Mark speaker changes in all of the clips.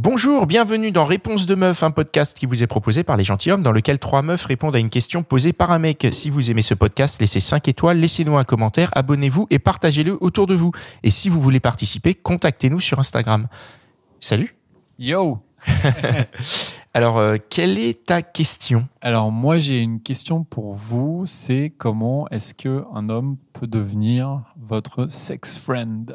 Speaker 1: Bonjour, bienvenue dans Réponse de Meuf, un podcast qui vous est proposé par les gentilshommes, dans lequel trois meufs répondent à une question posée par un mec. Si vous aimez ce podcast, laissez 5 étoiles, laissez-nous un commentaire, abonnez-vous et partagez-le autour de vous. Et si vous voulez participer, contactez-nous sur Instagram. Salut
Speaker 2: Yo
Speaker 1: Alors, euh, quelle est ta question
Speaker 2: Alors moi j'ai une question pour vous, c'est comment est-ce que un homme peut devenir votre sex friend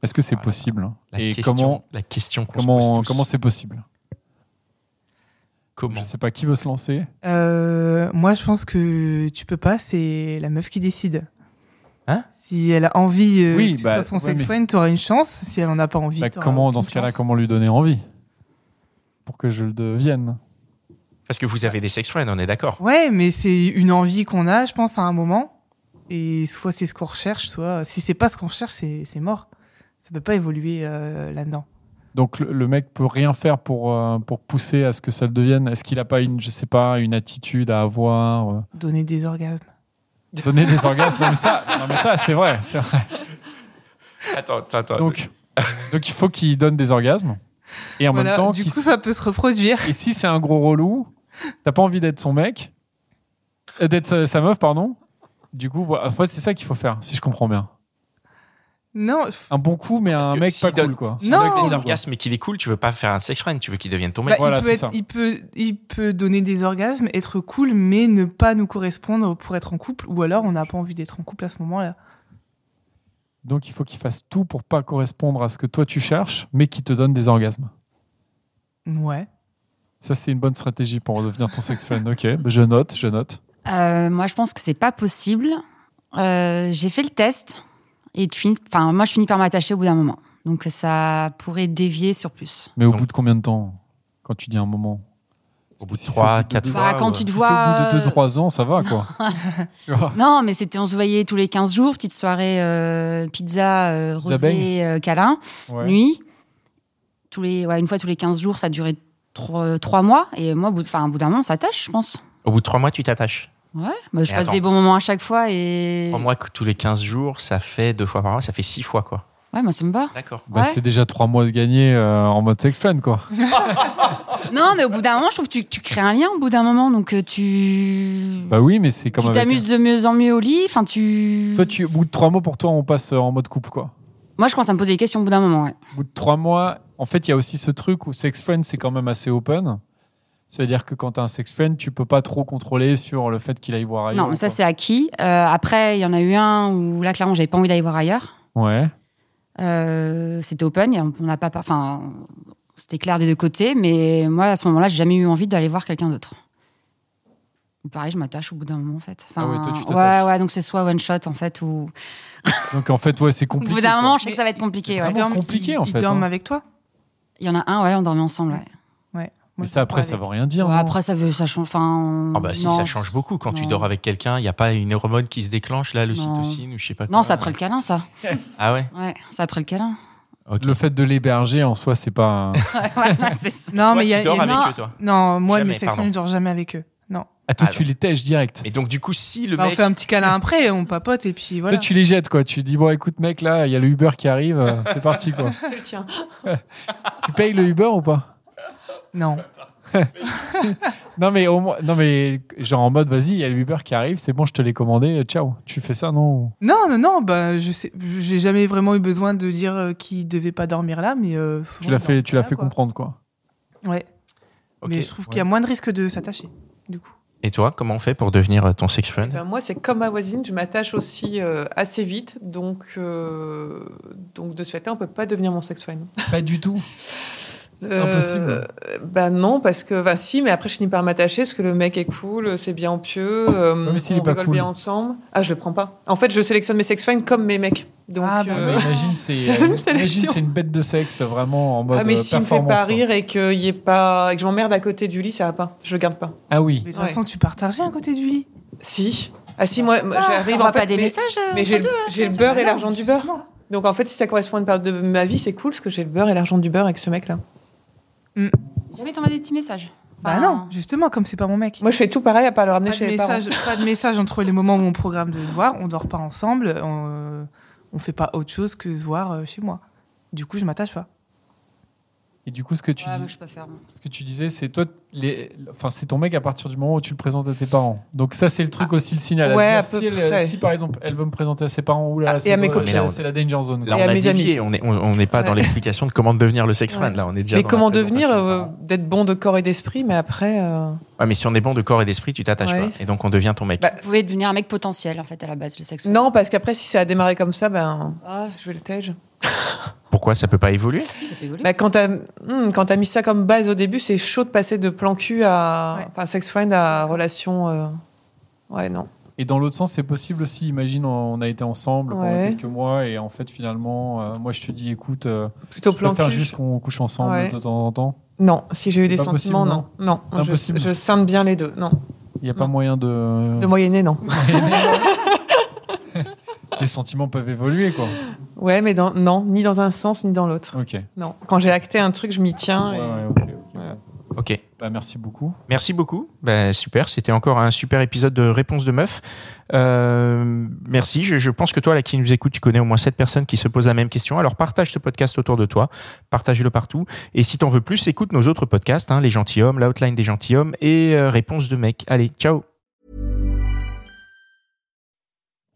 Speaker 2: Est-ce que c'est
Speaker 1: Ah,
Speaker 2: possible
Speaker 1: la
Speaker 2: Et
Speaker 1: question,
Speaker 2: comment
Speaker 1: La question qu'on se pose
Speaker 2: comment
Speaker 1: tous.
Speaker 2: comment c'est possible Je
Speaker 1: Comment
Speaker 2: sais pas qui veut se lancer.
Speaker 3: Euh, moi, je pense que tu peux pas, c'est la meuf qui décide.
Speaker 1: Hein
Speaker 3: Si elle a envie euh,
Speaker 2: Oui,
Speaker 3: que tu
Speaker 2: bah,
Speaker 3: sois son
Speaker 2: ouais,
Speaker 3: sex
Speaker 2: mais-
Speaker 3: friend, t'auras une chance. Si elle en a pas envie,
Speaker 2: Bah,
Speaker 3: t'auras
Speaker 2: comment dans
Speaker 3: hein, aucune
Speaker 2: ce cas-là
Speaker 3: chance.
Speaker 2: comment lui donner envie pour que je le devienne
Speaker 1: Parce que vous avez des sex friends, on est d'accord.
Speaker 3: Ouais, mais c'est une envie qu'on a, je pense, à un moment. Et soit c'est ce qu'on recherche, soit si c'est pas ce qu'on recherche, c'est c'est mort. Ça peut pas évoluer euh, là-dedans.
Speaker 2: Donc le, le mec peut rien faire pour, euh, pour pousser à ce que ça le devienne. Est-ce qu'il a pas une je sais pas une attitude à avoir euh,
Speaker 3: Donner des orgasmes.
Speaker 2: donner des orgasmes non, mais ça non, mais ça c'est vrai c'est vrai.
Speaker 1: Attends, attends, attends.
Speaker 2: Donc donc il faut qu'il donne des orgasmes et en
Speaker 3: Voilà,
Speaker 2: même temps
Speaker 3: du
Speaker 2: qu'il
Speaker 3: coup,
Speaker 2: s-
Speaker 3: ça peut se reproduire.
Speaker 2: et si c'est un gros relou t'as pas envie d'être son mec euh, d'être sa, sa meuf pardon. Du coup voilà. en fait c'est ça qu'il faut faire si je comprends bien.
Speaker 3: Non,
Speaker 2: Un bon coup mais
Speaker 1: Parce
Speaker 2: un
Speaker 1: que
Speaker 2: mec
Speaker 1: s'il
Speaker 2: pas
Speaker 1: donne-
Speaker 2: cool quoi.
Speaker 1: S'il donne
Speaker 3: Non.
Speaker 1: des orgasmes et qu'il est cool, tu veux pas faire un sex friend, tu veux qu'il devienne ton
Speaker 3: Bah,
Speaker 1: mec.
Speaker 2: Voilà,
Speaker 3: il, peut
Speaker 2: c'est
Speaker 3: être-
Speaker 2: ça.
Speaker 3: il peut, il peut donner des orgasmes, être cool, mais ne pas nous correspondre pour être en couple, ou alors on n'a pas envie d'être en couple à ce moment-là.
Speaker 2: Donc il faut qu'il fasse tout pour pas correspondre à ce que toi tu cherches mais qu'il te donne des orgasmes.
Speaker 3: Ouais.
Speaker 2: Ça, c'est une bonne stratégie pour devenir ton sex friend. Ok, bah, je note, je note.
Speaker 4: Euh, moi, je pense que c'est pas possible. Euh, j'ai fait le test et tu finis, enfin, moi, je finis par m'attacher au bout d'un moment. Donc, ça pourrait dévier sur plus.
Speaker 2: Mais au
Speaker 1: Donc-
Speaker 2: bout de combien de temps Quand tu dis un moment
Speaker 1: Au
Speaker 2: Parce
Speaker 1: bout
Speaker 2: que
Speaker 1: de
Speaker 2: si c'est
Speaker 1: 3,
Speaker 2: au bout de
Speaker 1: 4
Speaker 2: deux-
Speaker 1: fois.
Speaker 4: Bah, quand
Speaker 1: ouais.
Speaker 4: tu te
Speaker 2: si
Speaker 4: vois.
Speaker 2: c'est au bout de
Speaker 4: euh,
Speaker 2: 2-3 ans, ça va, quoi. tu vois
Speaker 4: Non, mais c'était on se voyait tous les 15 jours, petite soirée euh, pizza, euh,
Speaker 2: Pizza
Speaker 4: rosé, euh, câlin,
Speaker 2: Ouais.
Speaker 4: nuit. Tous les, ouais, une fois tous les 15 jours, ça durait 3, euh, mois. Et moi, au bout de- enfin, au bout d'un moment, on s'attache, je pense.
Speaker 1: Au bout de 3 mois, tu t'attaches.
Speaker 4: Ouais. Bah, je
Speaker 1: Mais
Speaker 4: passe
Speaker 1: attends.
Speaker 4: des bons moments à chaque fois et.
Speaker 1: 3 mois que tous les 15 jours, ça fait 2 fois par mois, ça fait 6 fois, quoi.
Speaker 4: Ouais, moi, ça me va.
Speaker 1: D'accord.
Speaker 2: Bah,
Speaker 4: Ouais. Mm.
Speaker 2: C'est déjà 3 mois de gagné euh, en mode sex friend, quoi.
Speaker 4: non, mais au bout d'un moment, je trouve que tu, tu crées un lien au bout d'un moment. Donc, euh, tu.
Speaker 2: Bah oui, mais c'est comme
Speaker 4: tu
Speaker 2: avec- euh,
Speaker 4: t'amuses de mieux en mieux au lit. Enfin, tu...
Speaker 2: Toi, tu, au bout de 3 mois, pour toi, on passe euh, en mode couple, quoi.
Speaker 4: Moi, je commence à me poser des questions au bout d'un moment. ouais.
Speaker 2: Au bout de 3 mois, en fait, il y a aussi ce truc où sex friend, c'est quand même assez open. C'est-à-dire que quand t'as un sex friend, tu peux pas trop contrôler sur le fait qu'il aille voir ailleurs.
Speaker 4: Non, mais ça,
Speaker 2: quoi.
Speaker 4: c'est acquis. Euh, après, il y en a eu un où là, clairement, j'avais pas envie d'aller voir ailleurs.
Speaker 2: Ouais.
Speaker 4: Euh, c'était open. et on on n'a pas. par- Enfin, c'était clair des deux côtés. Mais moi, à ce moment-là, j'ai jamais eu envie d'aller voir quelqu'un d'autre. Pareil, je m'attache au bout d'un moment, en fait.
Speaker 2: Ah ouais, toi, tu
Speaker 4: ouais,
Speaker 2: t'attaches.
Speaker 4: ouais, donc c'est soit one shot, en fait, ou.
Speaker 2: Donc, en fait, ouais, c'est
Speaker 4: Au
Speaker 2: compliqué.
Speaker 4: bout d'un
Speaker 2: quoi.
Speaker 4: moment, je sais que ça va être compliqué,
Speaker 2: C'est
Speaker 4: ouais.
Speaker 2: vraiment- compliqué,
Speaker 3: ils,
Speaker 2: en
Speaker 3: ils
Speaker 2: fait,
Speaker 3: dorment
Speaker 2: hein.
Speaker 3: avec toi.
Speaker 4: Il y en a un, ouais, on dormait ensemble, ouais.
Speaker 3: Moi,
Speaker 2: Mais
Speaker 3: je
Speaker 2: ça,
Speaker 3: dors
Speaker 2: après,
Speaker 3: pas
Speaker 2: ça
Speaker 3: avec.
Speaker 2: veut rien dire.
Speaker 4: Ouais,
Speaker 2: non
Speaker 4: après, ça veut. Ça change. Enfin.
Speaker 1: Ah bah si,
Speaker 4: non,
Speaker 1: ça change beaucoup. Quand tu
Speaker 4: non.
Speaker 1: dors avec quelqu'un, il n'y a pas une hormone qui se déclenche, là, le
Speaker 4: Non.
Speaker 1: cytocine ou je sais pas quoi.
Speaker 4: Non, c'est après le câlin, ça.
Speaker 1: Ah ouais
Speaker 4: Ouais, c'est après le câlin.
Speaker 1: Ok.
Speaker 2: Le fait de l'héberger en soi, c'est pas.
Speaker 4: Voilà, c'est ça.
Speaker 3: Non,
Speaker 1: Toi,
Speaker 3: mais il y a,
Speaker 1: tu dors
Speaker 3: il y en a-
Speaker 1: avec
Speaker 4: non.
Speaker 1: eux, toi.
Speaker 3: Non, moi,
Speaker 1: Jamais,
Speaker 3: mes sex
Speaker 1: pardon.
Speaker 3: friends, je dors jamais avec eux. Non.
Speaker 2: Ah, toi,
Speaker 1: Ah,
Speaker 2: tu les tèches direct.
Speaker 1: Mais donc, du coup, si le
Speaker 3: Bah, on
Speaker 1: mec...
Speaker 3: fait un petit câlin après, on papote et puis voilà.
Speaker 2: Toi, tu les jettes, quoi. Tu dis, bon, écoute, mec, là, il y a le Uber qui arrive, euh, c'est parti, quoi.
Speaker 5: Tiens.
Speaker 2: Tu payes le Uber ou pas
Speaker 3: Non.
Speaker 2: Non, mais au moins, non, mais genre en mode, vas-y, il y a le Uber qui arrive, c'est bon, je te l'ai commandé, euh, ciao. Tu fais ça, non
Speaker 3: Non, non, non, bah, je sais, j'ai jamais vraiment eu besoin de dire euh, qu'ils devaient pas dormir là, mais euh, souvent,
Speaker 2: Tu l'as
Speaker 3: ils
Speaker 2: fait,
Speaker 3: dorment
Speaker 2: tu l'as
Speaker 3: là,
Speaker 2: fait
Speaker 3: quoi.
Speaker 2: comprendre, quoi.
Speaker 3: Ouais.
Speaker 1: Ok.
Speaker 3: Mais je trouve qu'il y a moins de risque de s'attacher, du coup.
Speaker 1: Et toi, comment on fait pour devenir euh, ton sex friend
Speaker 5: Ben, moi, c'est comme ma voisine, je m'attache aussi euh, assez vite. Donc, euh, donc, de ce fait-là, on peut pas devenir mon sex friend.
Speaker 2: Pas du tout. C'est impossible.
Speaker 5: Bah non, parce que bah si, mais après je finis par m'attacher parce que le mec est cool, c'est bien pieux, euh,
Speaker 2: Ouais, mais s'il
Speaker 5: on
Speaker 2: est pas
Speaker 5: rigole
Speaker 2: cool.
Speaker 5: bien ensemble. Ah, je le prends pas. En fait, je sélectionne mes sex friends comme mes mecs. Donc,
Speaker 3: Ah, bah,
Speaker 2: Ah,
Speaker 5: euh,
Speaker 2: mais imagine, c'est
Speaker 5: C'est la même
Speaker 2: euh, imagine,
Speaker 5: sélection.
Speaker 2: c'est une bête de sexe, vraiment en mode
Speaker 5: ah, mais
Speaker 2: euh,
Speaker 5: s'il me fait
Speaker 2: performance,
Speaker 5: pas
Speaker 2: quoi.
Speaker 5: rire et que, y ait pas... et que je m'emmerde à côté du lit, ça va pas. Je le garde pas.
Speaker 2: Ah oui.
Speaker 3: Mais de toute
Speaker 5: Ouais.
Speaker 3: façon, tu partages rien à côté du lit.
Speaker 5: Si. Ah si, moi, moi,
Speaker 4: On
Speaker 5: j'arrive en
Speaker 4: voit
Speaker 5: fait,
Speaker 4: pas des
Speaker 5: mais-
Speaker 4: messages. euh,
Speaker 5: Mais
Speaker 4: entre
Speaker 5: j'ai
Speaker 4: deux,
Speaker 5: j'ai le
Speaker 4: tu vois,
Speaker 5: beurre
Speaker 4: ça
Speaker 5: et
Speaker 4: va.
Speaker 5: l'argent du beurre.
Speaker 3: Justement.
Speaker 5: Donc en fait, si ça correspond à une période de ma vie, c'est cool parce que j'ai le beurre et l'argent du beurre avec ce mec-là.
Speaker 4: Jamais t'envoies des petits messages.
Speaker 3: Bah
Speaker 4: Enfin,
Speaker 3: non, justement, comme c'est pas mon mec.
Speaker 5: Moi, je fais tout pareil à pas le ramener
Speaker 3: Pas de,
Speaker 5: chez les parents.
Speaker 3: message, pas de message entre les moments où on programme de se voir, on dort pas ensemble, on, euh, on fait pas autre chose que se voir euh, chez moi. Du coup, je m'attache pas.
Speaker 2: Et du coup, ce que tu,
Speaker 4: Ouais,
Speaker 5: Ah,
Speaker 2: dis-
Speaker 4: moi, je peux faire. moi.
Speaker 2: ce que tu disais, c'est toi, les... enfin, c'est ton mec à partir du moment où tu le présentes à tes parents. Donc ça, c'est le truc aussi le signal. à
Speaker 5: Ah. ouais,
Speaker 2: se dire,
Speaker 5: à peu
Speaker 2: si, elle-
Speaker 5: près.
Speaker 2: si, par exemple, elle veut me présenter à ses parents ou là,
Speaker 5: Ah,
Speaker 2: là,
Speaker 5: et
Speaker 2: c'est
Speaker 5: à mes
Speaker 2: bon,
Speaker 5: copines.
Speaker 2: là, c'est la danger zone. quoi.
Speaker 5: Et
Speaker 1: Là,
Speaker 5: à
Speaker 1: on a
Speaker 5: mes
Speaker 1: dévié, on n'est on, on n'est pas dans
Speaker 5: Ouais.
Speaker 1: l'explication de comment devenir le sex friend.
Speaker 5: Ouais.
Speaker 1: Là, on est déjà
Speaker 5: Mais
Speaker 1: dans
Speaker 5: comment
Speaker 1: la
Speaker 5: devenir euh,
Speaker 1: présentation.
Speaker 5: d'être bon de corps et d'esprit, mais après. euh,
Speaker 1: Ouais, mais si on est bon de corps et d'esprit, tu t'attaches
Speaker 5: Ouais.
Speaker 1: pas. Et donc, on devient ton mec.
Speaker 5: Bah,
Speaker 4: Vous pouvez devenir un mec potentiel, en fait, à la base, le sexe.
Speaker 5: Non, parce qu'après, si ça a démarré comme ça, ben.
Speaker 4: Ah,
Speaker 5: Je vais le tège.
Speaker 3: Hmm.
Speaker 1: Pourquoi ça peut pas évoluer
Speaker 4: ça peut évoluer.
Speaker 5: Bah, quand t'as hmm, quand t'as mis ça comme base au début, c'est chaud de passer de plan cul à.
Speaker 3: Ouais.
Speaker 5: Enfin, sex friend à relation. euh, Ouais, non.
Speaker 2: Et dans l'autre sens, c'est possible aussi. Imagine, on on a été ensemble pendant
Speaker 5: Ouais.
Speaker 2: quelques mois et en fait, finalement, euh, moi, je te dis, écoute, euh,
Speaker 5: Plutôt
Speaker 2: je
Speaker 5: plan
Speaker 2: préfère
Speaker 5: cul.
Speaker 2: juste qu'on couche ensemble
Speaker 5: Ouais.
Speaker 2: de temps en temps.
Speaker 5: Non, si j'ai eu
Speaker 2: C'est
Speaker 5: des
Speaker 2: pas possible,
Speaker 5: sentiments, non. Non, je,
Speaker 2: Impossible.
Speaker 5: je scinde bien les deux. Non.
Speaker 2: Il n'y a pas
Speaker 5: Non.
Speaker 2: moyen de.
Speaker 5: De moyenné, non.
Speaker 2: Les sentiments peuvent évoluer, quoi.
Speaker 5: Ouais, mais dans, non, ni dans un sens ni dans l'autre.
Speaker 2: Ok.
Speaker 5: Non. Quand j'ai acté un truc, je m'y tiens.
Speaker 2: Ouais,
Speaker 5: et-
Speaker 2: ouais, ok, ok.
Speaker 5: Voilà.
Speaker 1: Ok.
Speaker 2: Bah, merci beaucoup.
Speaker 1: Merci beaucoup. Ben, super, c'était encore un super épisode de Réponse de Meuf. Euh, merci. Je, je pense que toi, là, qui nous écoute, tu connais au moins 7 personnes qui se posent la même question. Alors partage ce podcast autour de toi, partage-le partout. Et si t'en veux plus, écoute nos autres podcasts, hein, Les Gentilhommes, l'Outline des Gentilhommes et euh, Réponse de Mec. Allez, ciao